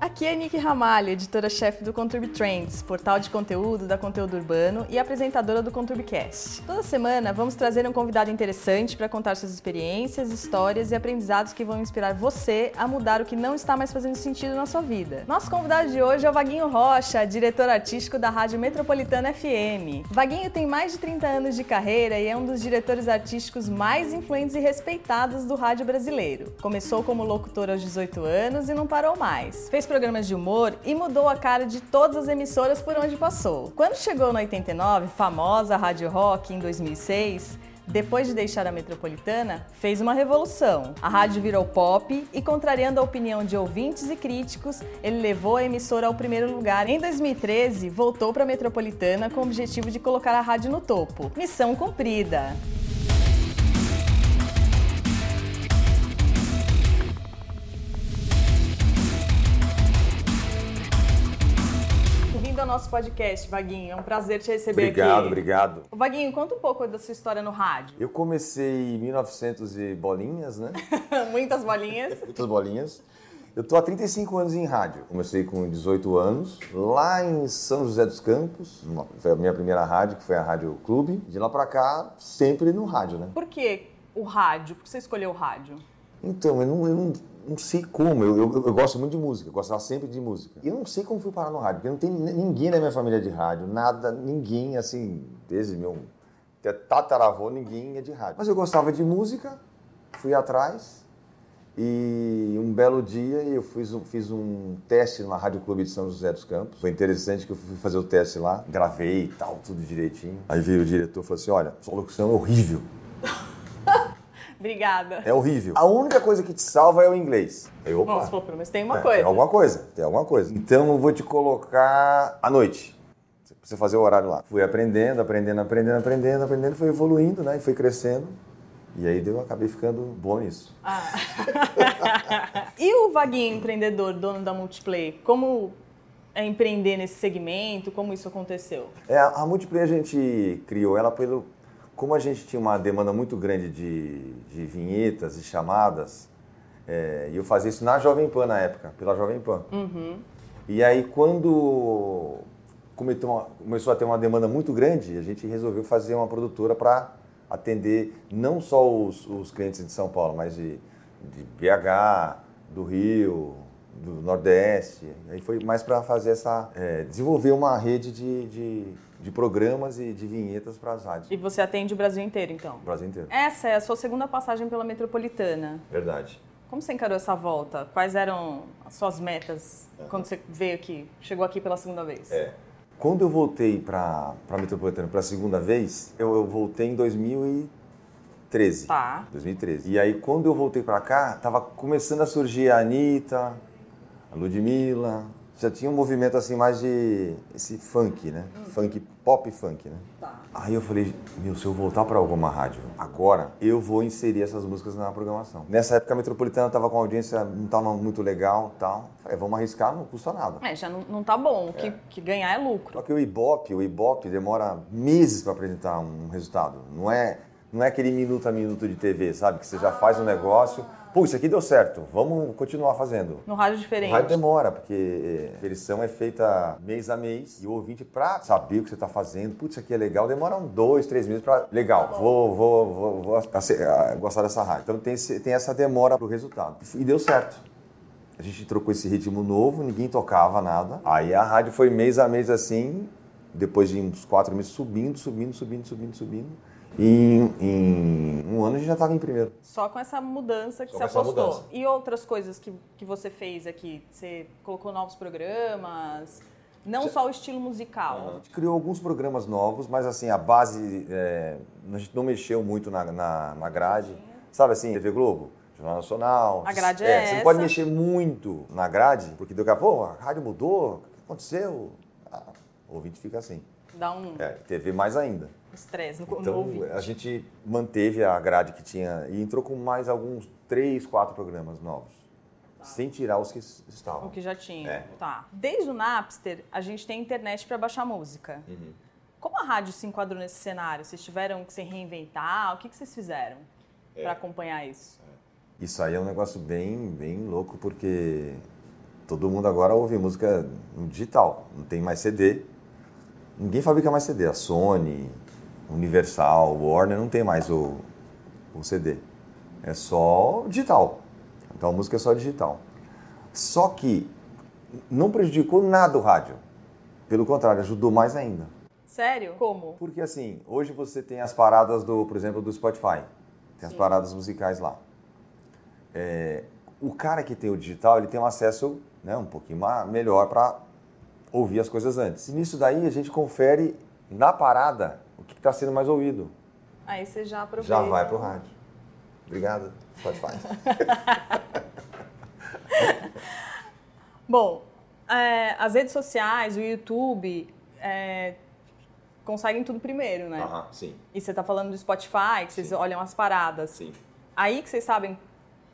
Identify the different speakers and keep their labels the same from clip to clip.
Speaker 1: Aqui é Nick Ramalho, editora-chefe do Conturb Trends, portal de conteúdo da Conteúdo Urbano e apresentadora do ConturbCast. Toda semana vamos trazer um convidado interessante para contar suas experiências, histórias e aprendizados que vão inspirar você a mudar o que não está mais fazendo sentido na sua vida. Nosso convidado de hoje é o Vaguinho Rocha, diretor artístico da Rádio Metropolitana FM. Vaguinho tem mais de 30 anos de carreira e é um dos diretores artísticos mais influentes e respeitados do rádio brasileiro. Começou como locutor aos 18 anos e não parou mais. Fez programas de humor e mudou a cara de todas as emissoras por onde passou. Quando chegou na 89, famosa Rádio Rock, em 2006, depois de deixar a metropolitana, fez uma revolução. A rádio virou pop e, contrariando a opinião de ouvintes e críticos, ele levou a emissora ao primeiro lugar. Em 2013, voltou para a metropolitana com o objetivo de colocar a rádio no topo. Missão cumprida! Bem-vindo ao nosso podcast, Vaguinho. É um prazer te receber
Speaker 2: Obrigado,
Speaker 1: aqui.
Speaker 2: obrigado.
Speaker 1: Vaguinho, conta um pouco da sua história no rádio.
Speaker 2: Eu comecei em 1900 e bolinhas, né?
Speaker 1: Muitas bolinhas.
Speaker 2: Muitas bolinhas. Eu tô há 35 anos em rádio. Comecei com 18 anos, lá em São José dos Campos. Uma- foi a minha primeira rádio, que foi a Rádio Clube. De lá pra cá, sempre no rádio, né?
Speaker 1: Por que o rádio? Por que você escolheu o rádio?
Speaker 2: Então, eu não, eu não, não sei como. Eu, eu- eu gosto muito de música, eu gostava sempre de música. E eu não sei como fui parar no rádio, porque não tem ni- ninguém na minha família é de rádio, nada, ninguém, assim, desde meu até tataravô, ninguém é de rádio. Mas eu gostava de música, fui atrás. E um belo dia eu fiz um, fiz um teste na Rádio Clube de São José dos Campos. Foi interessante que eu fui fazer o teste lá, gravei e tal, tudo direitinho. Aí veio o diretor e falou assim: olha, sua locução é horrível.
Speaker 1: Obrigada.
Speaker 2: É horrível. A única coisa que te salva é o inglês. Eu,
Speaker 1: Bom,
Speaker 2: opa,
Speaker 1: se for, pelo menos tem uma
Speaker 2: é,
Speaker 1: coisa.
Speaker 2: Tem alguma coisa, tem alguma coisa. Então eu vou te colocar à noite. Você precisa fazer o horário lá. Fui aprendendo, aprendendo, aprendendo, aprendendo, aprendendo, foi evoluindo, né? E foi crescendo. E aí eu acabei ficando bom nisso.
Speaker 1: Ah. e o Vaguinho, empreendedor, dono da Multiplay, como é empreender nesse segmento? Como isso aconteceu?
Speaker 2: É, a a Multiplayer a gente criou ela pelo. Como a gente tinha uma demanda muito grande de, de vinhetas e chamadas, é, e eu fazia isso na Jovem Pan na época, pela Jovem Pan. E aí, quando cometeu uma- começou a ter uma demanda muito grande, a gente resolveu fazer uma produtora para atender não só os, os clientes de São Paulo, mas de, de BH, do Rio, do Nordeste. Aí foi mais para fazer essa. é, desenvolver uma rede de, de, de programas e de vinhetas para as rádios
Speaker 1: E você atende o Brasil inteiro, então?
Speaker 2: do Brasil inteiro.
Speaker 1: Essa é a sua segunda passagem pela metropolitana.
Speaker 2: Verdade.
Speaker 1: Como você encarou essa volta? Quais eram as suas metas quando você veio aqui, chegou aqui pela segunda vez?
Speaker 2: É. Quando eu voltei para a Metropolitana pela segunda vez, eu, eu voltei em 2013.
Speaker 1: Tá.
Speaker 2: 2013. E aí, quando eu voltei pra cá, tava começando a surgir a Anitta, a Ludmilla. Já tinha um movimento assim mais de. esse funk, né? Funk, pop funk, né?
Speaker 1: Tá.
Speaker 2: Aí eu falei, meu, se eu voltar pra alguma rádio agora, eu vou inserir essas músicas na programação. Nessa época a Metropolitana tava com a audiência, não tava muito legal tal. Falei, "É, vamos arriscar, não custa nada.
Speaker 1: É, já não, não tá bom. O que, que ganhar é lucro.
Speaker 2: Só que o Ibope, o Ibope demora meses para apresentar um resultado. Não é, não é aquele minuto a minuto de TV, sabe? Que você já faz um negócio. Pô, isso aqui deu certo, vamos continuar fazendo.
Speaker 1: No rádio
Speaker 2: O
Speaker 1: diferente.
Speaker 2: rádio demora, porque é, a ferição é feita mês a mês. E o ouvinte, pra saber o que você tá fazendo, putz, isso aqui é legal, demora um dois, três meses pra... Legal, vou, vou, vou, vou ace- ah, gostar dessa rádio. Então tem, esse- tem essa demora pro resultado. E deu certo. A gente trocou esse ritmo novo, ninguém tocava nada. Aí a rádio foi mês a mês assim, depois de uns quatro meses, subindo, subindo, subindo, subindo, subindo. E em, em um ano a gente já estava em primeiro.
Speaker 1: Só com essa mudança que
Speaker 2: Só
Speaker 1: você
Speaker 2: com essa
Speaker 1: apostou.
Speaker 2: mudança.
Speaker 1: E outras coisas que, que você fez aqui? Você colocou novos programas, não só o estilo
Speaker 2: A
Speaker 1: musical.
Speaker 2: gente criou alguns programas novos, mas assim, a base, é, a gente não mexeu muito na, na, na grade. Sabe assim, TV Globo, Jornal Nacional.
Speaker 1: A grade é
Speaker 2: Você
Speaker 1: essa.
Speaker 2: não pode mexer muito na grade, porque daqui a pouco a rádio mudou, o que aconteceu? Ah, o ouvinte fica assim.
Speaker 1: Dá um
Speaker 2: É, TV mais ainda.
Speaker 1: estresse no, no
Speaker 2: Então,
Speaker 1: ouvinte.
Speaker 2: a gente manteve a grade que tinha e entrou com mais alguns três, quatro programas novos.
Speaker 1: Tá.
Speaker 2: Sem tirar os que s- estavam.
Speaker 1: O que já tinha.
Speaker 2: É.
Speaker 1: Tá. Desde o Napster, a gente tem internet para baixar música.
Speaker 2: Uhum.
Speaker 1: Como a rádio se enquadrou nesse cenário? Vocês tiveram que se reinventar? O que, que vocês fizeram
Speaker 2: É.
Speaker 1: para acompanhar isso?
Speaker 2: Isso aí é um negócio bem, bem louco, porque todo mundo agora ouve música no digital, não tem mais CD. Ninguém fabrica mais CD. A Sony, Universal, Warner não tem mais o, o CD. É só digital. Então a música é só digital. Só que não prejudicou nada o rádio. Pelo contrário, ajudou mais ainda.
Speaker 1: Sério? Como?
Speaker 2: Porque assim, hoje você tem as paradas do, por exemplo, do Spotify. Tem as
Speaker 1: Sim.
Speaker 2: paradas musicais lá. É, o cara que tem o digital, ele tem um acesso né, um pouquinho ma- melhor para ouvir as coisas antes. E nisso daí a gente confere na parada o que está sendo mais ouvido.
Speaker 1: Aí você já aproveita.
Speaker 2: Já vai pro rádio. Obrigado, Spotify.
Speaker 1: Bom, é, as redes sociais, o YouTube, é, conseguem tudo primeiro, né?
Speaker 2: Aham, sim,
Speaker 1: E você tá falando do Spotify, que vocês
Speaker 2: Sim.
Speaker 1: olham as paradas.
Speaker 2: sim.
Speaker 1: Aí que vocês sabem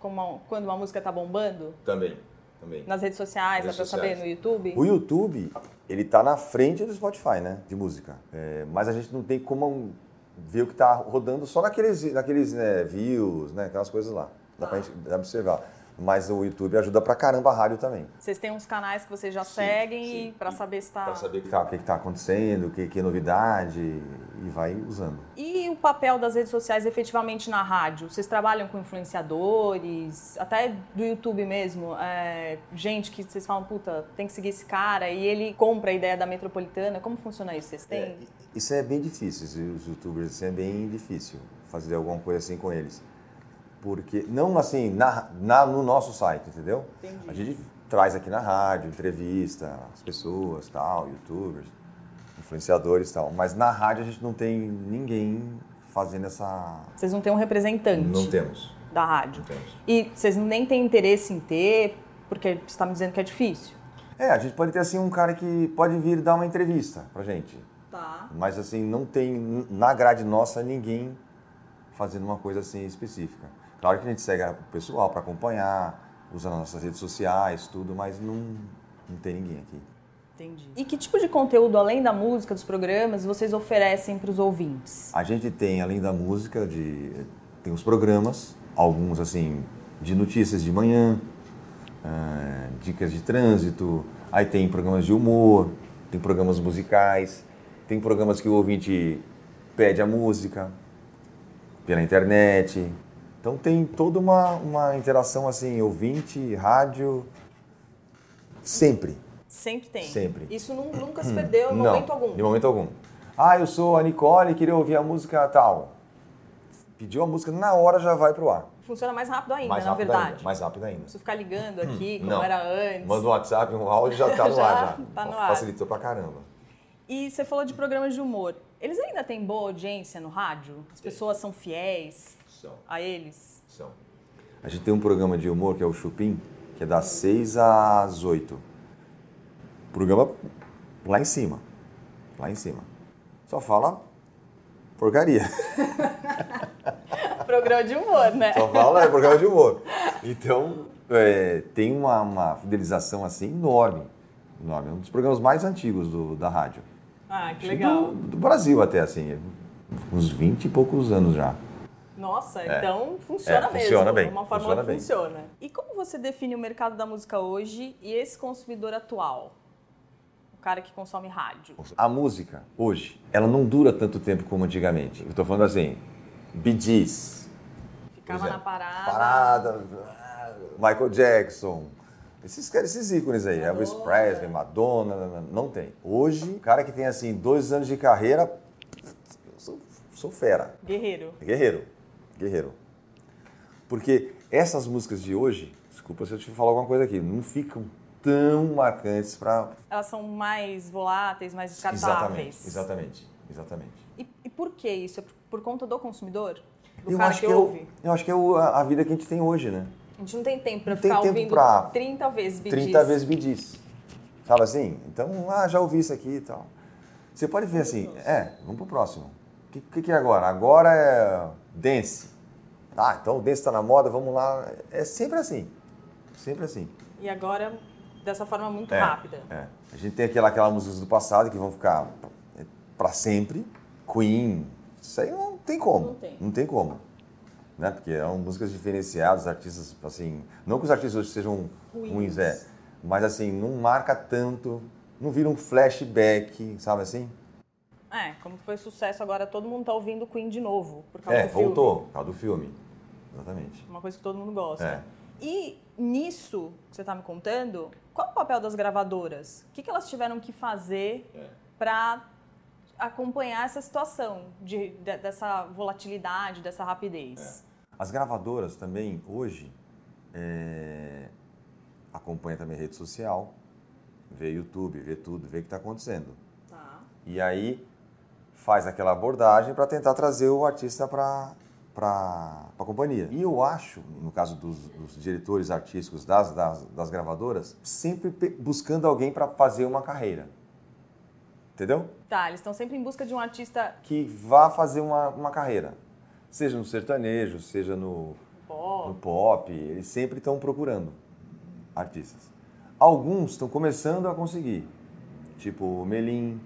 Speaker 1: como- quando uma música tá bombando?
Speaker 2: Também, também.
Speaker 1: Nas redes sociais,
Speaker 2: Redes
Speaker 1: dá pra saber
Speaker 2: sociais.
Speaker 1: no YouTube?
Speaker 2: O YouTube, ele tá na frente do Spotify, né? De música. É, mas a gente não tem como ver o que tá rodando só naqueles, naqueles né, views, né? Aquelas coisas lá. Dá pra gente dá pra observar. Mas o YouTube ajuda pra caramba a rádio também.
Speaker 1: Vocês têm uns canais que vocês já
Speaker 2: Sim,
Speaker 1: seguem
Speaker 2: sim.
Speaker 1: e pra saber se tá.
Speaker 2: o que tá, o que que tá acontecendo, o que, que é novidade, e vai usando.
Speaker 1: E o papel das redes sociais efetivamente na rádio? Vocês trabalham com influenciadores, até do YouTube mesmo, é, gente que vocês falam, puta, tem que seguir esse cara e ele compra a ideia da metropolitana. Como funciona isso? Vocês
Speaker 2: É,
Speaker 1: têm?
Speaker 2: isso é bem difícil, esse- os youtubers, assim, é bem difícil fazer alguma coisa assim com eles. Porque, não assim, na, na- no nosso site, entendeu?
Speaker 1: Entendi.
Speaker 2: A gente traz aqui na rádio, entrevista, as pessoas, tal, youtubers, influenciadores, tal. Mas na rádio a gente não tem ninguém fazendo essa...
Speaker 1: Vocês não têm um representante
Speaker 2: temos,
Speaker 1: da rádio.
Speaker 2: temos.
Speaker 1: E vocês nem têm interesse em ter, porque você está me dizendo que é difícil.
Speaker 2: É, a gente pode ter, assim, um cara que pode vir dar uma entrevista pra gente.
Speaker 1: Tá.
Speaker 2: Mas assim, não tem n- na grade nossa ninguém fazendo uma coisa assim específica. Claro que a gente segue o pessoal para acompanhar, usa nas nossas redes sociais, tudo, mas não, não tem ninguém aqui.
Speaker 1: Entendi. E que tipo de conteúdo, além da música, dos programas, vocês oferecem para os ouvintes?
Speaker 2: A gente tem, além da música, de, tem os programas, alguns assim, de notícias de manhã, ah, dicas de trânsito, aí tem programas de humor, tem programas musicais, tem programas que o ouvinte pede a música pela internet. Então tem toda uma, uma interação assim, ouvinte, rádio, sempre.
Speaker 1: Sempre tem.
Speaker 2: Sempre.
Speaker 1: Isso nu- nunca se perdeu em
Speaker 2: Não,
Speaker 1: momento algum.
Speaker 2: De momento algum. Ah, eu sou a Nicole e queria ouvir a música tal. Pediu a música, na hora já vai pro ar.
Speaker 1: Funciona mais rápido ainda,
Speaker 2: mais
Speaker 1: na
Speaker 2: rápido
Speaker 1: verdade.
Speaker 2: ainda. Mais rápido ainda.
Speaker 1: Não preciso ficar ligando aqui, como
Speaker 2: não.
Speaker 1: era antes.
Speaker 2: Manda um WhatsApp, um áudio, já tá no
Speaker 1: Já
Speaker 2: ar. Já.
Speaker 1: tá no ar.
Speaker 2: Facilitou pra caramba.
Speaker 1: E você falou de programas de humor. Eles ainda têm boa audiência no rádio? As pessoas são fiéis a eles?
Speaker 2: A gente tem um programa de humor que é o Chupim, que é das 6 às 8. Programa lá em cima. Lá em cima. Só fala porcaria.
Speaker 1: Programa de humor, né?
Speaker 2: Só fala é programa de humor. Então, é, tem uma, uma fidelização assim enorme. enorme. Um dos programas mais antigos do- da rádio.
Speaker 1: Ah, que
Speaker 2: Acho que
Speaker 1: legal.
Speaker 2: Do, do Brasil até, assim. Uns 20 e poucos anos já.
Speaker 1: Nossa, então funciona
Speaker 2: É,
Speaker 1: mesmo.
Speaker 2: funciona bem,
Speaker 1: É uma fórmula
Speaker 2: funciona
Speaker 1: que
Speaker 2: bem.
Speaker 1: funciona. E como você define o mercado da música hoje e esse consumidor atual? O cara que consome rádio.
Speaker 2: A música, hoje, ela não dura tanto tempo como antigamente. Eu tô falando assim, Bee Gees,
Speaker 1: Ficava
Speaker 2: Pois é.
Speaker 1: na parada.
Speaker 2: Parada, Michael Jackson. Esses, caras, esses ícones aí, Elvis Presley, Madonna, não tem. Hoje, o cara que tem assim dois anos de carreira, sou, sou fera.
Speaker 1: Guerreiro.
Speaker 2: Guerreiro. Guerreiro. Porque essas músicas de hoje, desculpa se eu te falar alguma coisa aqui, não ficam tão marcantes para.
Speaker 1: Elas são mais voláteis, mais descartáveis.
Speaker 2: Exatamente, exatamente, exatamente.
Speaker 1: E, e por que isso? É por, por conta do consumidor? Do
Speaker 2: eu
Speaker 1: cara
Speaker 2: acho
Speaker 1: que,
Speaker 2: que, é o-
Speaker 1: ouve?
Speaker 2: eu acho que é o- a a vida que a gente tem hoje, né?
Speaker 1: A gente não tem tempo pra
Speaker 2: Não tem
Speaker 1: ficar
Speaker 2: tempo
Speaker 1: ouvindo
Speaker 2: pra
Speaker 1: 30 vezes Bee
Speaker 2: 30
Speaker 1: Gees.
Speaker 2: vezes me diz. Sabe assim? Então, ah, já ouvi isso aqui e tal. Você pode ver assim, é, vamos pro próximo. O que, que, que é agora? Agora é dance. Ah, então o dance tá na moda, vamos lá. É sempre assim. Sempre assim.
Speaker 1: E agora, dessa forma muito
Speaker 2: É,
Speaker 1: rápida.
Speaker 2: É. A gente tem aquela, aquelas músicas do passado que vão ficar pra sempre. Queen, isso aí não tem como.
Speaker 1: Não tem.
Speaker 2: como. Né? Porque eram músicas diferenciadas, artistas, assim. Não que os artistas hoje sejam
Speaker 1: Ruins.
Speaker 2: ruins, é. Mas assim, não marca tanto, não vira um flashback, sabe assim?
Speaker 1: É, como foi sucesso agora, todo mundo tá ouvindo Queen de novo. Por causa
Speaker 2: É,
Speaker 1: do filme.
Speaker 2: voltou, por causa do filme. Exatamente.
Speaker 1: Uma coisa que todo mundo gosta.
Speaker 2: É.
Speaker 1: E nisso que você tá me contando, qual é o papel das gravadoras? O que, que elas tiveram que fazer
Speaker 2: É.
Speaker 1: pra acompanhar essa situação de, de- dessa volatilidade, dessa rapidez?
Speaker 2: As gravadoras também, hoje, é, acompanha também rede social, vê YouTube, vê tudo, vê o que está acontecendo.
Speaker 1: Tá.
Speaker 2: E aí faz aquela abordagem para tentar trazer o artista para a companhia. E eu acho, no caso dos, dos diretores artísticos das, das, das gravadoras, sempre pe- buscando alguém para fazer uma carreira. Entendeu?
Speaker 1: Tá, eles estão sempre em busca de um artista
Speaker 2: Que vá fazer uma, uma carreira. Seja no sertanejo, seja no,
Speaker 1: pop.
Speaker 2: no pop, eles sempre estão procurando artistas. Alguns estão começando a conseguir, tipo o Melim,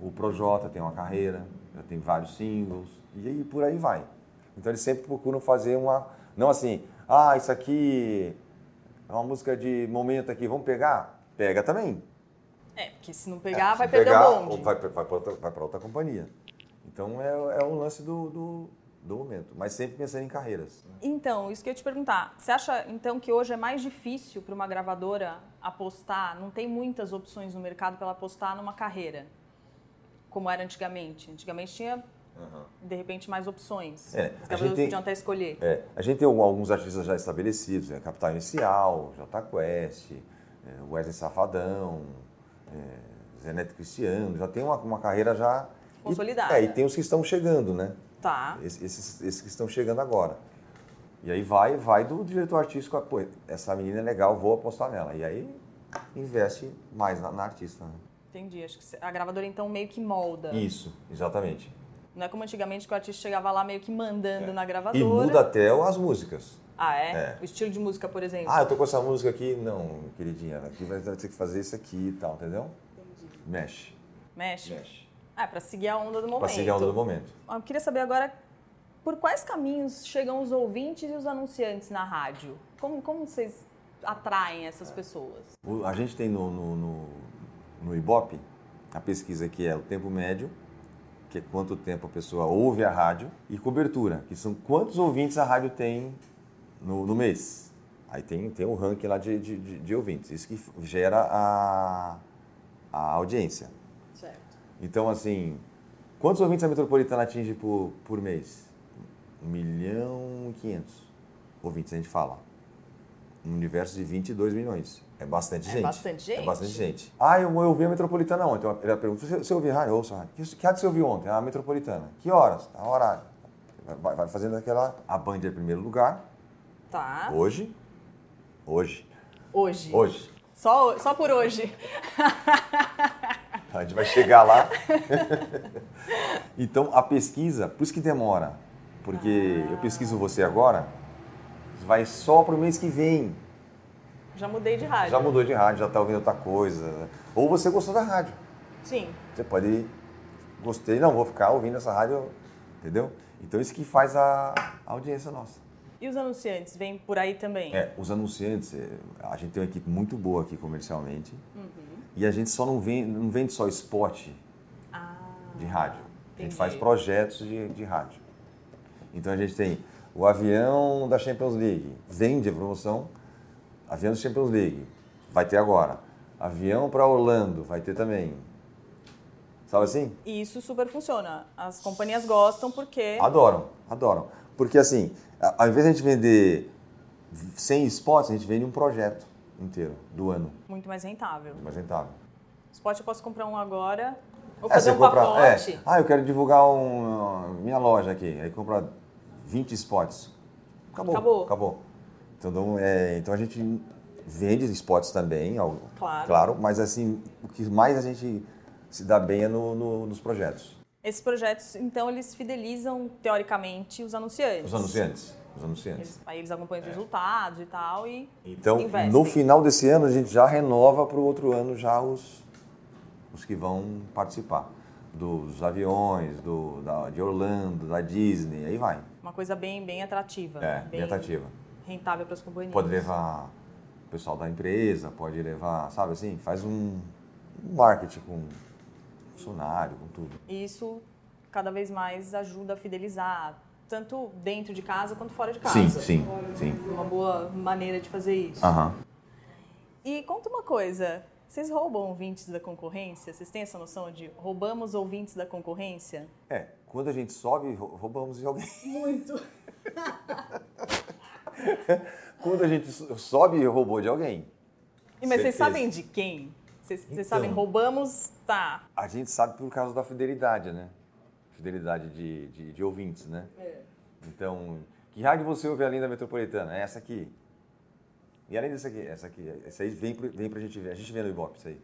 Speaker 2: o Projota tem uma carreira, já tem vários singles, e aí por aí vai. Então eles sempre procuram fazer uma. Não assim, ah, isso aqui é uma música de momento aqui, vamos pegar? Pega também.
Speaker 1: É, porque se não pegar,
Speaker 2: Se
Speaker 1: vai perder um
Speaker 2: pegar,
Speaker 1: o bonde.
Speaker 2: ou Vai, vai para outra, vai pra outra companhia. Então é, é um lance do, do, do momento, mas sempre pensando em carreiras.
Speaker 1: Então, isso que eu ia te perguntar. Você acha, então, que hoje é mais difícil para uma gravadora apostar? Não tem muitas opções no mercado para ela apostar numa carreira, como era antigamente. Antigamente tinha, de repente, mais opções. As
Speaker 2: É, a gente
Speaker 1: gravadoras
Speaker 2: tem-
Speaker 1: podiam até escolher.
Speaker 2: É, a gente tem alguns artistas já estabelecidos, né? Capital Inicial, Jota Quest, é, Wesley Safadão, é, Zé Neto Cristiano, já tem uma, uma carreira já... e-
Speaker 1: Consolidada.
Speaker 2: é, e tem os que estão chegando, né?
Speaker 1: Tá.
Speaker 2: Es- Esses, esses que estão chegando agora. E aí vai vai do diretor artístico, "Ah, pô, essa menina é legal, vou apostar nela. E aí investe mais na, na artista. né?
Speaker 1: Entendi. Acho que a gravadora, então, meio que molda.
Speaker 2: Isso, exatamente.
Speaker 1: Não é como antigamente que o artista chegava lá meio que mandando na gravadora.
Speaker 2: É. E muda até as músicas.
Speaker 1: Ah, é?
Speaker 2: É.
Speaker 1: O estilo de música, por exemplo.
Speaker 2: Ah, eu tô com essa música aqui. Não, queridinha, aqui vai vai ter que fazer isso aqui e tal, entendeu? Mexe.
Speaker 1: Mexe.
Speaker 2: Mexe.
Speaker 1: Ah, para seguir a onda do momento. Ah,
Speaker 2: Pra seguir a onda do momento.
Speaker 1: Eu queria saber agora por quais caminhos chegam os ouvintes e os anunciantes na rádio? Como, como vocês atraem essas pessoas?
Speaker 2: O- a gente tem no, no, no, no Ibope a pesquisa que é o tempo médio, que é quanto tempo a pessoa ouve a rádio, e cobertura, que são quantos ouvintes a rádio tem no, no mês. Aí tem, tem o ranking lá de, de, de- de ouvintes. Isso que gera a, a audiência.
Speaker 1: Certo.
Speaker 2: Então, assim, quantos ouvintes a metropolitana atinge por, por mês? 1 milhão e 500 ouvintes, a gente fala. Um universo de 22 milhões. É bastante
Speaker 1: É
Speaker 2: gente.
Speaker 1: bastante gente?
Speaker 2: É bastante gente. Ah, eu, eu ouvi a metropolitana ontem. Ela pergunta: você, você ouviu rádio? Eu ouço rádio. Que, que rádio você ouviu ontem? Ah, A metropolitana. Que horas? A horário. Vai, vai fazendo aquela. A Band é em primeiro lugar.
Speaker 1: Tá.
Speaker 2: Hoje. Hoje.
Speaker 1: Hoje.
Speaker 2: Hoje.
Speaker 1: Só, só por hoje.
Speaker 2: A gente vai chegar lá. então, a pesquisa, por isso que demora. Porque eu pesquiso você agora, vai só pro mês que vem.
Speaker 1: Já mudei de rádio.
Speaker 2: Já mudou de rádio, já tá ouvindo outra coisa. Ou você gostou da rádio.
Speaker 1: Sim.
Speaker 2: Você pode ir, gostei, não, vou ficar ouvindo essa rádio, entendeu? Então, isso que faz a a audiência nossa.
Speaker 1: E os anunciantes vêm por aí também?
Speaker 2: É, os anunciantes, é, a gente tem uma equipe muito boa aqui comercialmente. E a gente só não vende, não vende só spot
Speaker 1: Ah.
Speaker 2: de rádio. A
Speaker 1: Entendi.
Speaker 2: gente faz projetos de, de rádio. Então a gente tem o avião da Champions League, vende a promoção, avião da Champions League, vai ter agora. Avião para Orlando, vai ter também. Sabe assim?
Speaker 1: E isso super funciona. As companhias gostam porque.
Speaker 2: Adoram, adoram. Porque assim, a- ao invés de a gente vender 100 spots, a gente vende um projeto inteiro do ano,
Speaker 1: Muito mais rentável.
Speaker 2: mais rentável.
Speaker 1: Spot eu posso comprar um agora. Ou
Speaker 2: É,
Speaker 1: fazer
Speaker 2: você
Speaker 1: um
Speaker 2: compra,
Speaker 1: pacote.
Speaker 2: é, ah, eu quero divulgar um, uh, minha loja aqui. Aí compra 20 spots. Acabou.
Speaker 1: Acabou.
Speaker 2: Então, não- é, então a gente vende spots também, ao-
Speaker 1: Claro.
Speaker 2: mas assim, o que mais a gente se dá bem é no- no- nos projetos.
Speaker 1: Esses projetos, então, eles fidelizam, teoricamente, os anunciantes.
Speaker 2: Os anunciantes. É. Os anunciantes.
Speaker 1: Eles- aí eles acompanham os resultados e tal e
Speaker 2: Então,
Speaker 1: investem.
Speaker 2: no final desse ano, a gente já renova para o outro ano já os, os que vão participar. Dos aviões, do, da- de Orlando, da Disney, aí vai.
Speaker 1: Uma coisa bem, bem atrativa. né?
Speaker 2: É,
Speaker 1: bem
Speaker 2: bem atrativa.
Speaker 1: rentável para as companhias.
Speaker 2: Pode levar pessoal da empresa, pode levar, sabe assim, faz um, um marketing com funcionário, com tudo.
Speaker 1: E isso cada vez mais ajuda a fidelizar, tanto dentro de casa quanto fora de casa.
Speaker 2: Sim, sim, sim.
Speaker 1: Uma boa maneira de fazer isso.
Speaker 2: Aham.
Speaker 1: E conta uma coisa, vocês roubam ouvintes da concorrência? Vocês têm essa noção de roubamos ouvintes da concorrência?
Speaker 2: É, quando a gente sobe, rou- roubamos de alguém.
Speaker 1: Muito.
Speaker 2: Quando a gente so- sobe, roubou de alguém.
Speaker 1: E, mas vocês
Speaker 2: Certeza.
Speaker 1: sabem de quem? Vocês, vocês
Speaker 2: Então.
Speaker 1: sabem, roubamos, tá.
Speaker 2: A gente sabe por causa da fidelidade, né? Fidelidade de, de, de ouvintes, né? Então, que rádio você ouve além da metropolitana? É essa aqui. E além dessa aqui, essa aqui. Essa aí vem, pro- vem pra gente ver. A gente vê no Ibope isso aí.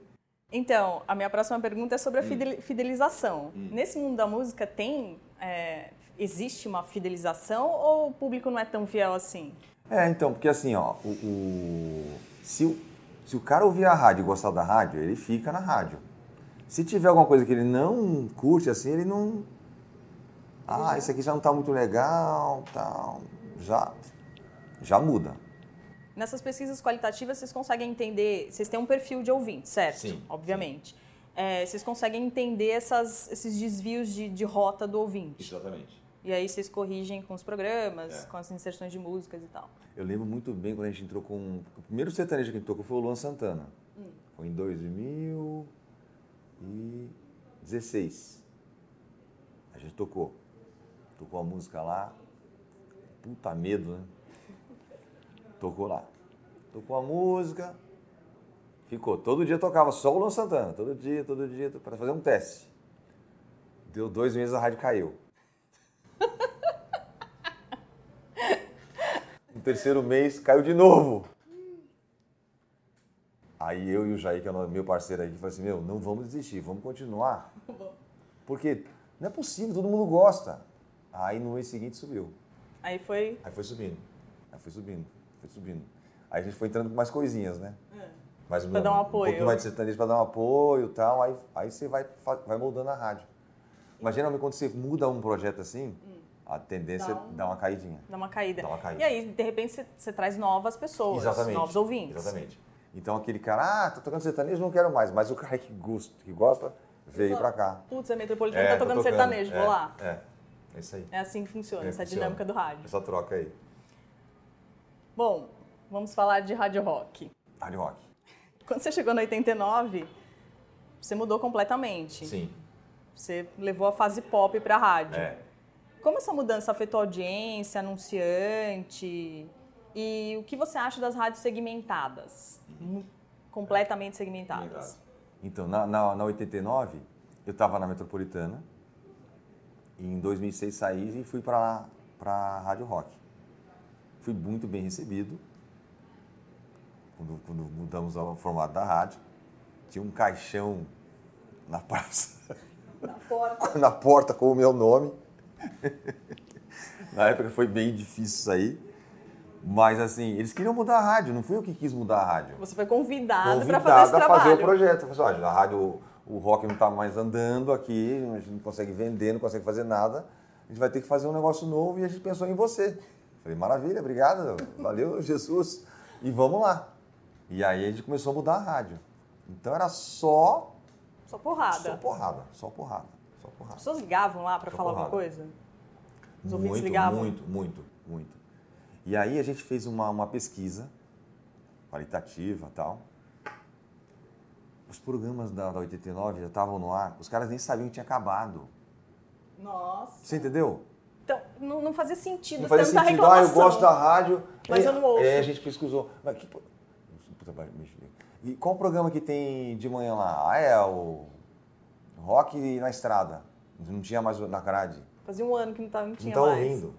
Speaker 1: Então, a minha próxima pergunta é
Speaker 2: Hum.
Speaker 1: sobre a fidel- fidelização. Nesse mundo da música, tem. é, existe uma fidelização ou o público não é tão fiel assim?
Speaker 2: É, então, porque assim, ó, o, o- se, o, se o cara ouvir a rádio e gostar da rádio, ele fica na rádio. Se tiver alguma coisa que ele não curte, assim, ele não. Ah, esse aqui já não tá muito legal, tal. Já, já muda.
Speaker 1: Nessas pesquisas qualitativas, vocês conseguem entender. Vocês têm um perfil de ouvinte, certo?
Speaker 2: Sim,
Speaker 1: Obviamente. É, vocês conseguem entender essas- esses desvios de, de rota do ouvinte.
Speaker 2: Exatamente.
Speaker 1: E aí vocês corrigem com os programas,
Speaker 2: É.
Speaker 1: com as inserções de músicas e tal.
Speaker 2: Eu lembro muito bem quando a gente entrou com. um, O primeiro sertanejo que a gente tocou foi o Luan Santana. Foi em 2016. A gente tocou. Tocou a música lá. Puta medo, né? Tocou lá. Tocou a música. Ficou. Todo dia tocava só o Luan Santana. Todo dia, todo dia, para fazer um teste. Deu dois meses a rádio caiu. No terceiro mês caiu de novo. Aí eu e o Jair, que é o meu parceiro aqui, falei assim: Meu, não vamos desistir, vamos continuar. Porque não é possível, todo mundo gosta. Aí no mês seguinte subiu.
Speaker 1: Aí foi.
Speaker 2: Aí foi subindo. Aí foi subindo, foi subindo. Aí a gente foi entrando com mais coisinhas, né? Mais
Speaker 1: É. Pra dar um apoio.
Speaker 2: pouquinho mais de sertanejo pra dar um apoio e tal. Aí, aí você vai, fa- vai moldando a rádio. Mas geralmente quando você muda um projeto assim, a tendência é
Speaker 1: Hum. Dá um-
Speaker 2: dar uma caidinha.
Speaker 1: Dá uma caída.
Speaker 2: Dá uma caída.
Speaker 1: E aí, de repente, você- você traz novas pessoas,
Speaker 2: Exatamente.
Speaker 1: novos ouvintes.
Speaker 2: Exatamente. Então aquele cara, ah, tô tocando sertanejo, não quero mais. Mas o cara que gosta, que gosta veio pra cá.
Speaker 1: Putz, a Metropolitana
Speaker 2: É,
Speaker 1: tá
Speaker 2: tô
Speaker 1: tocando sertanejo,
Speaker 2: é,
Speaker 1: vou lá.
Speaker 2: É, é isso aí.
Speaker 1: É assim que funciona,
Speaker 2: É,
Speaker 1: essa
Speaker 2: funciona.
Speaker 1: dinâmica do rádio.
Speaker 2: Essa troca aí.
Speaker 1: Bom, vamos falar de rádio rock.
Speaker 2: Hard rock.
Speaker 1: Quando você chegou no 89, você mudou completamente.
Speaker 2: Sim.
Speaker 1: Você levou a fase pop pra rádio.
Speaker 2: É.
Speaker 1: Como essa mudança afetou a audiência, anunciante? E o que você acha das rádios segmentadas? Mu- Completamente segmentadas.
Speaker 2: Então, na, na, na 89, eu estava na Metropolitana. E em 2006 saí e fui para a Rádio Rock. Fui muito bem recebido. Quando, quando mudamos o formato da rádio, tinha um caixão na praça,
Speaker 1: Na porta.
Speaker 2: na porta com o meu nome. na época foi bem difícil sair. Mas assim, eles queriam mudar a rádio, não fui eu que quis mudar a rádio
Speaker 1: Você foi convidado, para
Speaker 2: convidado
Speaker 1: fazer esse
Speaker 2: a
Speaker 1: trabalho.
Speaker 2: fazer o projeto. Eu falei, olha, a rádio, o rock não está mais andando aqui, a gente não consegue vender, não consegue fazer nada, a gente vai ter que fazer um negócio novo e a gente pensou em você. Eu Falei, maravilha, obrigado, valeu, Jesus, e vamos lá. E aí a gente começou a mudar a rádio. Então era só,
Speaker 1: Só porrada.
Speaker 2: só porrada, só porrada, só porrada.
Speaker 1: As pessoas ligavam lá para
Speaker 2: Só
Speaker 1: falar alguma
Speaker 2: porrada.
Speaker 1: coisa? Os ouvintes ligavam?
Speaker 2: Muito, muito, muito. E aí a gente fez uma, uma pesquisa qualitativa e tal. Os programas da, da 89 já estavam no ar, os caras nem sabiam que tinha acabado.
Speaker 1: Nossa.
Speaker 2: Você entendeu?
Speaker 1: Então, não, não fazia sentido
Speaker 2: Não fazia
Speaker 1: tanta
Speaker 2: sentido. Ah,
Speaker 1: reclamação.
Speaker 2: eu gosto da rádio.
Speaker 1: Mas
Speaker 2: é,
Speaker 1: eu não ouço.
Speaker 2: É, a gente pesquisou. Mas que. pro- Puta, vai, bicho. E qual o programa que tem de manhã lá? Ah, é o. Rock na estrada. Não tinha mais na grade.
Speaker 1: Fazia um ano que não, tava, não
Speaker 2: Não
Speaker 1: tinha
Speaker 2: tá
Speaker 1: mais.
Speaker 2: ouvindo.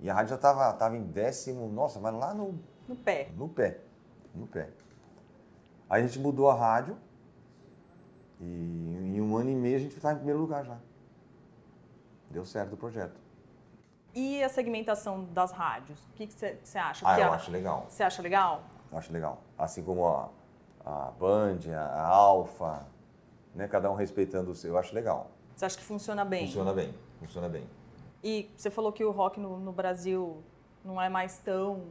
Speaker 2: E a rádio já estava tava em décimo, nossa, mas lá no,
Speaker 1: No pé.
Speaker 2: no pé. No pé. Aí a gente mudou a rádio e em um ano e meio a gente estava em primeiro lugar já. Deu certo o projeto.
Speaker 1: E a segmentação das rádios? O que você acha?
Speaker 2: Ah,
Speaker 1: que é?
Speaker 2: eu
Speaker 1: a-
Speaker 2: acho legal.
Speaker 1: Você acha legal?
Speaker 2: Eu acho legal. Assim como a, a Band, a, a Alfa, né? Cada um respeitando o seu, eu acho legal.
Speaker 1: Você acha que funciona bem?
Speaker 2: Funciona bem, funciona bem.
Speaker 1: E você falou que o rock no, no Brasil não é mais tão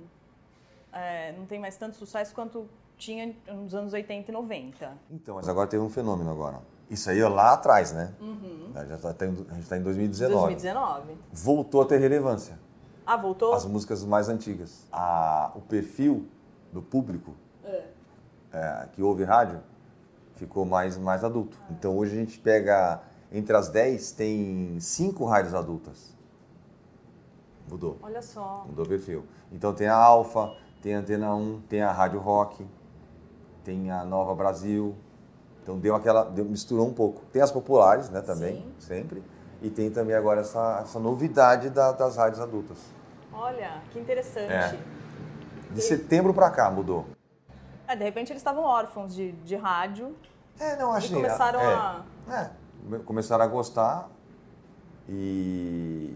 Speaker 1: é, não tem mais tanto sucesso quanto tinha nos anos 80 e 90.
Speaker 2: Então, mas agora teve um fenômeno agora. Isso aí ó, lá atrás, né?
Speaker 1: Uhum.
Speaker 2: Já tá, tá em- a gente está em 2019.
Speaker 1: 2019.
Speaker 2: Voltou a ter relevância.
Speaker 1: Ah, voltou?
Speaker 2: As músicas mais antigas. A- o perfil do público é, que ouve rádio ficou mais, mais adulto. Então hoje a gente pega, entre as 10, tem cinco rádios adultas. Mudou.
Speaker 1: Olha só.
Speaker 2: Mudou o perfil. Então tem a Alfa, tem a Antena 1, tem a Rádio Rock, tem a Nova Brasil. Então deu aquela. deu- misturou um pouco. Tem as populares, né, também,
Speaker 1: Sim.
Speaker 2: sempre. E tem também agora essa, essa novidade da- das rádios adultas.
Speaker 1: Olha, que interessante.
Speaker 2: É. De setembro pra cá mudou.
Speaker 1: É, de repente eles estavam órfãos de, de rádio
Speaker 2: É, não acho
Speaker 1: e começaram a.
Speaker 2: É, começaram a gostar e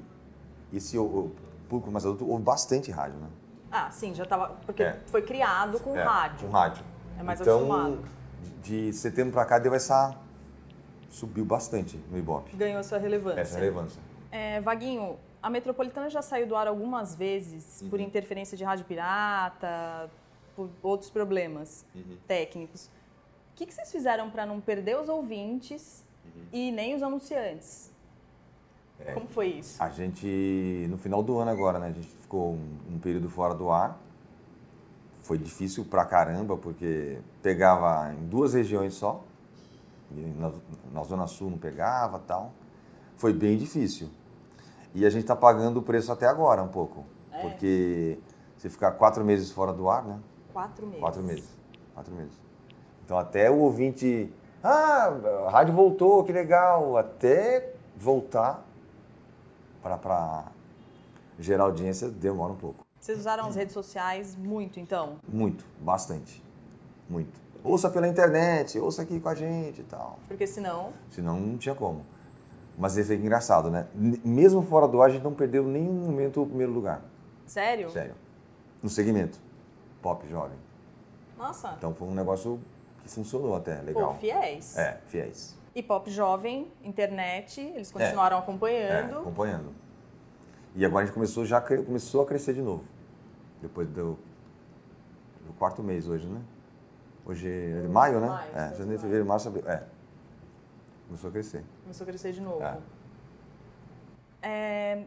Speaker 2: esse o, o público mais adulto ouve bastante rádio, né?
Speaker 1: Ah, sim, já tava. Porque
Speaker 2: É.
Speaker 1: foi criado com
Speaker 2: É,
Speaker 1: rádio.
Speaker 2: Com rádio.
Speaker 1: É mais
Speaker 2: então,
Speaker 1: acostumado.
Speaker 2: de de setembro pra cá deu essa... Subiu bastante no Ibope.
Speaker 1: Ganhou essa relevância.
Speaker 2: Essa relevância.
Speaker 1: É, Vaguinho, a Metropolitana já saiu do ar algumas vezes
Speaker 2: Uhum.
Speaker 1: por interferência de rádio pirata, por outros problemas
Speaker 2: Uhum.
Speaker 1: técnicos. O que, que vocês fizeram para não perder os ouvintes
Speaker 2: Uhum.
Speaker 1: e nem os anunciantes?
Speaker 2: É.
Speaker 1: Como foi isso?
Speaker 2: A gente, no final do ano agora, né? A gente ficou um, um período fora do ar. Foi difícil pra caramba, porque pegava em duas regiões só. E na, na Zona Sul não pegava tal. Foi bem difícil. E a gente tá pagando o preço até agora um pouco.
Speaker 1: É.
Speaker 2: Porque se ficar quatro meses fora do ar, né?
Speaker 1: Quatro meses.
Speaker 2: Quatro meses. Quatro meses. Então até o ouvinte. Ah, a rádio voltou, que legal. Até voltar para gerar audiência demora um pouco.
Speaker 1: Vocês usaram as redes sociais muito, então?
Speaker 2: Muito, bastante. Muito. Ouça pela internet, ouça aqui com a gente e tal.
Speaker 1: Porque senão.
Speaker 2: Senão não tinha como. Mas ele foi engraçado, né? N- Mesmo fora do ar, a gente não perdeu em nenhum momento o primeiro lugar.
Speaker 1: Sério?
Speaker 2: Sério. No segmento. Pop jovem.
Speaker 1: Nossa.
Speaker 2: Então foi um negócio que funcionou até, legal.
Speaker 1: Pô, fiéis.
Speaker 2: É, fiéis.
Speaker 1: E pop jovem, internet, eles
Speaker 2: É.
Speaker 1: continuaram
Speaker 2: É,
Speaker 1: acompanhando.
Speaker 2: acompanhando. E agora a gente começou, já cre- começou a crescer de novo. Depois do, do quarto mês hoje, né? Hoje é maio, né?
Speaker 1: Maio,
Speaker 2: é,
Speaker 1: sim,
Speaker 2: janeiro,
Speaker 1: maio.
Speaker 2: fevereiro, março, abril. É. Começou a crescer.
Speaker 1: Começou a crescer de novo.
Speaker 2: É.
Speaker 1: É,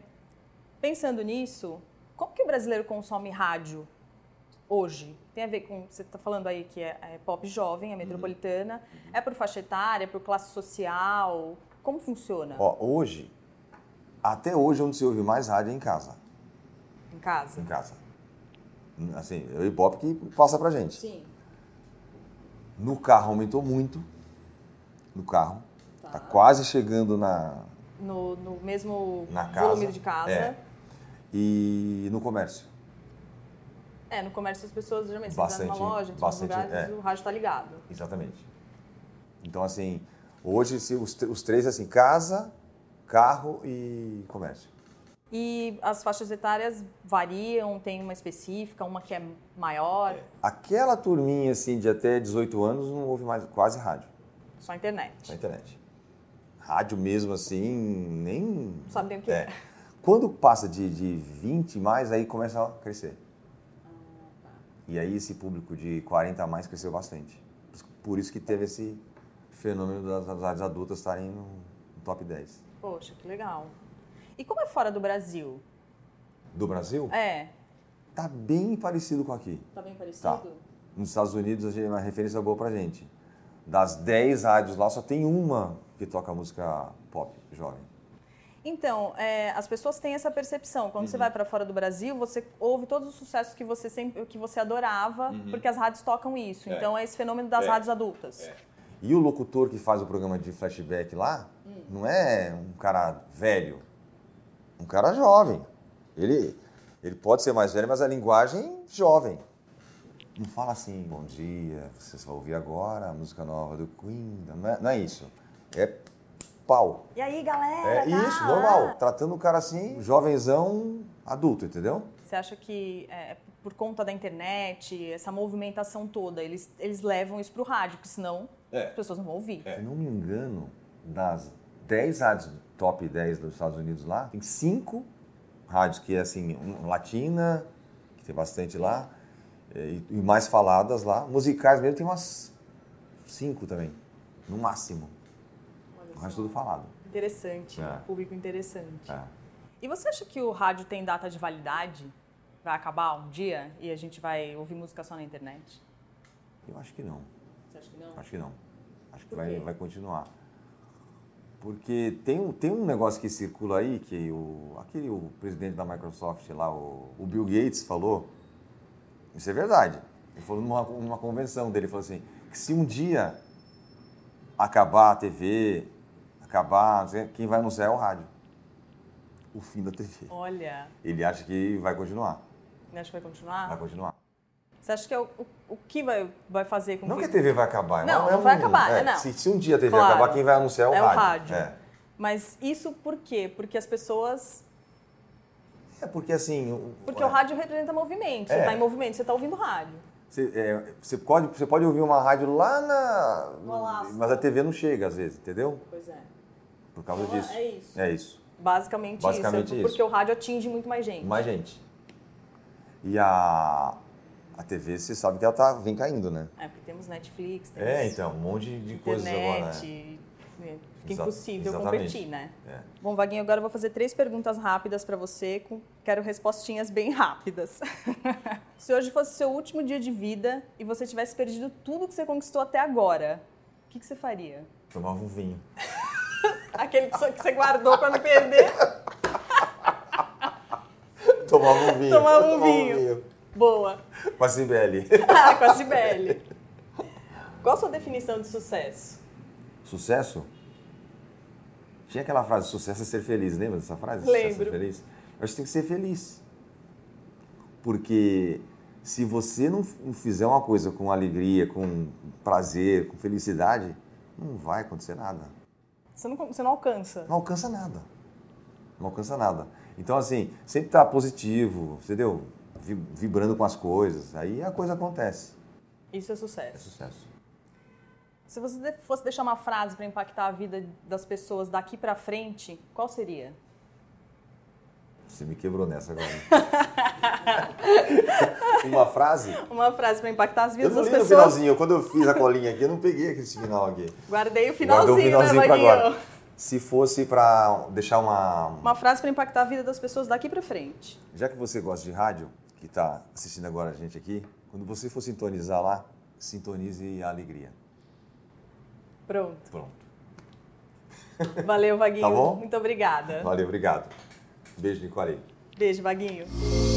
Speaker 1: pensando nisso, como que o brasileiro consome rádio hoje? Tem a ver com, você está falando aí que é, é pop jovem,
Speaker 2: Uhum.
Speaker 1: é metropolitana, é por faixa etária, é por classe social? Como funciona
Speaker 2: Ó, hoje, até hoje onde se ouve mais rádio é em casa.
Speaker 1: em casa?
Speaker 2: Em casa. Assim, é o Ibope que passa pra gente.
Speaker 1: Sim.
Speaker 2: No carro aumentou muito. No carro.
Speaker 1: Tá.
Speaker 2: tá quase chegando na,
Speaker 1: No, no mesmo
Speaker 2: Na
Speaker 1: volume
Speaker 2: casa,
Speaker 1: de casa.
Speaker 2: é. E no comércio.
Speaker 1: É, no comércio as pessoas geralmente, se
Speaker 2: Bastante,
Speaker 1: entrar numa loja, em alguns
Speaker 2: bastante,
Speaker 1: lugares,
Speaker 2: é.
Speaker 1: o rádio está ligado.
Speaker 2: Exatamente. Então, assim, hoje se os, tr- os três, assim, casa, carro e comércio.
Speaker 1: E as faixas etárias variam, tem uma específica, uma que é maior,
Speaker 2: É. Aquela turminha, assim, de até 18 anos, não houve mais quase rádio
Speaker 1: só a internet.
Speaker 2: na internet. Rádio mesmo, assim, nem...
Speaker 1: Não sabe nem o que é.
Speaker 2: É. Quando passa de, de 20 e mais, aí começa a crescer.
Speaker 1: Ah, tá.
Speaker 2: E aí esse público de 40 a mais cresceu bastante. Por isso que teve esse fenômeno das, das rádios adultas estarem no, no top 10.
Speaker 1: Poxa, que legal. E como é fora do Brasil?
Speaker 2: Do Brasil?
Speaker 1: É.
Speaker 2: tá bem parecido com aqui.
Speaker 1: Tá bem parecido?
Speaker 2: Tá. Nos Estados Unidos a gente- é uma referência boa pra gente. Das 10 rádios lá, só tem uma que toca música pop jovem.
Speaker 1: Então, é, as pessoas têm essa percepção. Quando
Speaker 2: Uhum.
Speaker 1: você vai para fora do Brasil, você ouve todos os sucessos que você sempre, que você adorava, porque as rádios tocam isso.
Speaker 2: Uhum. É.
Speaker 1: Então é esse fenômeno das
Speaker 2: É.
Speaker 1: rádios adultas.
Speaker 2: E o locutor que faz o programa de flashback lá, não é um cara velho, um cara jovem. Ele, ele pode ser mais velho, mas a linguagem jovem. Não fala assim, bom dia, vocês vão ouvir agora a música nova do Queen. Não é, não é isso. É pau.
Speaker 1: E aí, galera?
Speaker 2: É
Speaker 1: tá
Speaker 2: isso,
Speaker 1: lá.
Speaker 2: normal. Tratando o cara assim, jovenzão adulto, entendeu?
Speaker 1: Você acha que é, por conta da internet, essa movimentação toda, eles, eles levam isso pro rádio, porque senão
Speaker 2: É.
Speaker 1: as pessoas não vão ouvir.
Speaker 2: Se não me engano, das 10 rádios top 10 dos Estados Unidos lá, tem um cinco rádios que é assim, um- latina, que tem bastante lá, eh, e, e mais faladas lá. Musicais mesmo tem umas cinco também, no máximo. O resto tudo falado.
Speaker 1: Interessante,
Speaker 2: É.
Speaker 1: público interessante.
Speaker 2: É.
Speaker 1: E você acha que o rádio tem data de validade? Vai acabar um dia e a gente vai ouvir música só na internet?
Speaker 2: Eu acho que não.
Speaker 1: Você acha que não?
Speaker 2: Acho que não. Acho que
Speaker 1: Por
Speaker 2: vai,
Speaker 1: quê?
Speaker 2: vai continuar. Porque tem, um- tem um negócio que circula aí, que o, aquele o presidente da Microsoft lá, o, o Bill Gates, falou. Isso é verdade. Ele falou numa, numa convenção dele, ele falou assim, que se um dia acabar a TV, acabar, não sei, quem vai anunciar é o rádio. O fim da TV.
Speaker 1: Olha,
Speaker 2: Ele acha que vai continuar.
Speaker 1: não acha que vai continuar?
Speaker 2: Vai continuar.
Speaker 1: Você acha que é o, o, o que vai, vai fazer com
Speaker 2: Não que
Speaker 1: que...
Speaker 2: a TV vai acabar.
Speaker 1: Não,
Speaker 2: é
Speaker 1: não
Speaker 2: um-
Speaker 1: vai acabar,
Speaker 2: é,
Speaker 1: não.
Speaker 2: Se, se um dia a TV
Speaker 1: Claro.
Speaker 2: acabar, quem vai anunciar é o
Speaker 1: É o
Speaker 2: rádio.
Speaker 1: rádio.
Speaker 2: É.
Speaker 1: Mas isso por quê? Porque as pessoas...
Speaker 2: É porque assim. o-
Speaker 1: Porque
Speaker 2: é,
Speaker 1: o rádio representa movimento. Você
Speaker 2: É.
Speaker 1: está em movimento, você está ouvindo rádio.
Speaker 2: Você, é, você pode, você pode ouvir uma rádio lá na.
Speaker 1: No Alasca.
Speaker 2: Mas a TV não chega às vezes, entendeu?
Speaker 1: Pois é.
Speaker 2: Por causa
Speaker 1: Então,
Speaker 2: disso.
Speaker 1: é isso.
Speaker 2: É isso.
Speaker 1: Basicamente,
Speaker 2: Basicamente
Speaker 1: isso. é
Speaker 2: isso.
Speaker 1: Porque o rádio atinge muito mais gente.
Speaker 2: Mais gente. E a. A TV, você sabe que ela tá, vem caindo, né?
Speaker 1: É, porque temos Netflix, temos
Speaker 2: É, então, um monte de coisas agora. Né?
Speaker 1: internet. né? Fica
Speaker 2: Exa-
Speaker 1: impossível
Speaker 2: exatamente.
Speaker 1: competir, né?
Speaker 2: É.
Speaker 1: Bom, Vaguinho, agora eu vou fazer três perguntas rápidas para você. com- Quero respostinhas bem rápidas. Se hoje fosse seu último dia de vida e você tivesse perdido tudo que você conquistou até agora, o que, que você faria?
Speaker 2: Tomava um vinho.
Speaker 1: Aquele que só- que você guardou para não perder.
Speaker 2: Tomava um vinho.
Speaker 1: Tomava um vinho. Boa.
Speaker 2: Com a Cibele.
Speaker 1: Ah, com a Cibele. Qual a sua definição de sucesso?
Speaker 2: Sucesso? Tinha aquela frase, sucesso é ser feliz, lembra dessa frase? Sucesso é
Speaker 1: Lembro.
Speaker 2: ser feliz? Eu acho que tem que ser feliz. Porque se você não f- não fizer uma coisa com alegria, com prazer, com felicidade, não vai acontecer nada.
Speaker 1: Você não, você não alcança.
Speaker 2: Não alcança nada. Não alcança nada. Então, assim, sempre tá positivo, entendeu? Vi- Vibrando com as coisas, aí a coisa acontece.
Speaker 1: Isso é
Speaker 2: É
Speaker 1: sucesso.
Speaker 2: sucesso.
Speaker 1: Se você de- fosse deixar uma frase para impactar a vida das pessoas daqui para frente, qual seria?
Speaker 2: Você me quebrou nessa agora. uma frase?
Speaker 1: Uma frase para impactar as
Speaker 2: Eu
Speaker 1: vidas
Speaker 2: não
Speaker 1: das
Speaker 2: li no
Speaker 1: pessoas.
Speaker 2: finalzinho, quando eu fiz a colinha aqui, eu não peguei aquele final aqui.
Speaker 1: Guardei o
Speaker 2: Guardei
Speaker 1: finalzinho,
Speaker 2: o finalzinho
Speaker 1: né,
Speaker 2: pra
Speaker 1: Vaguinho?
Speaker 2: agora. Se fosse pra deixar uma.
Speaker 1: Uma frase para impactar a vida das pessoas daqui para frente.
Speaker 2: Já que você gosta de rádio, que tá assistindo agora a gente aqui, quando você for sintonizar lá, sintonize a alegria.
Speaker 1: Pronto.
Speaker 2: Pronto.
Speaker 1: Valeu, Vaguinho.
Speaker 2: Tá bom?
Speaker 1: Muito obrigada.
Speaker 2: Valeu, obrigado. Beijo, Nicole.
Speaker 1: Beijo, Vaguinho.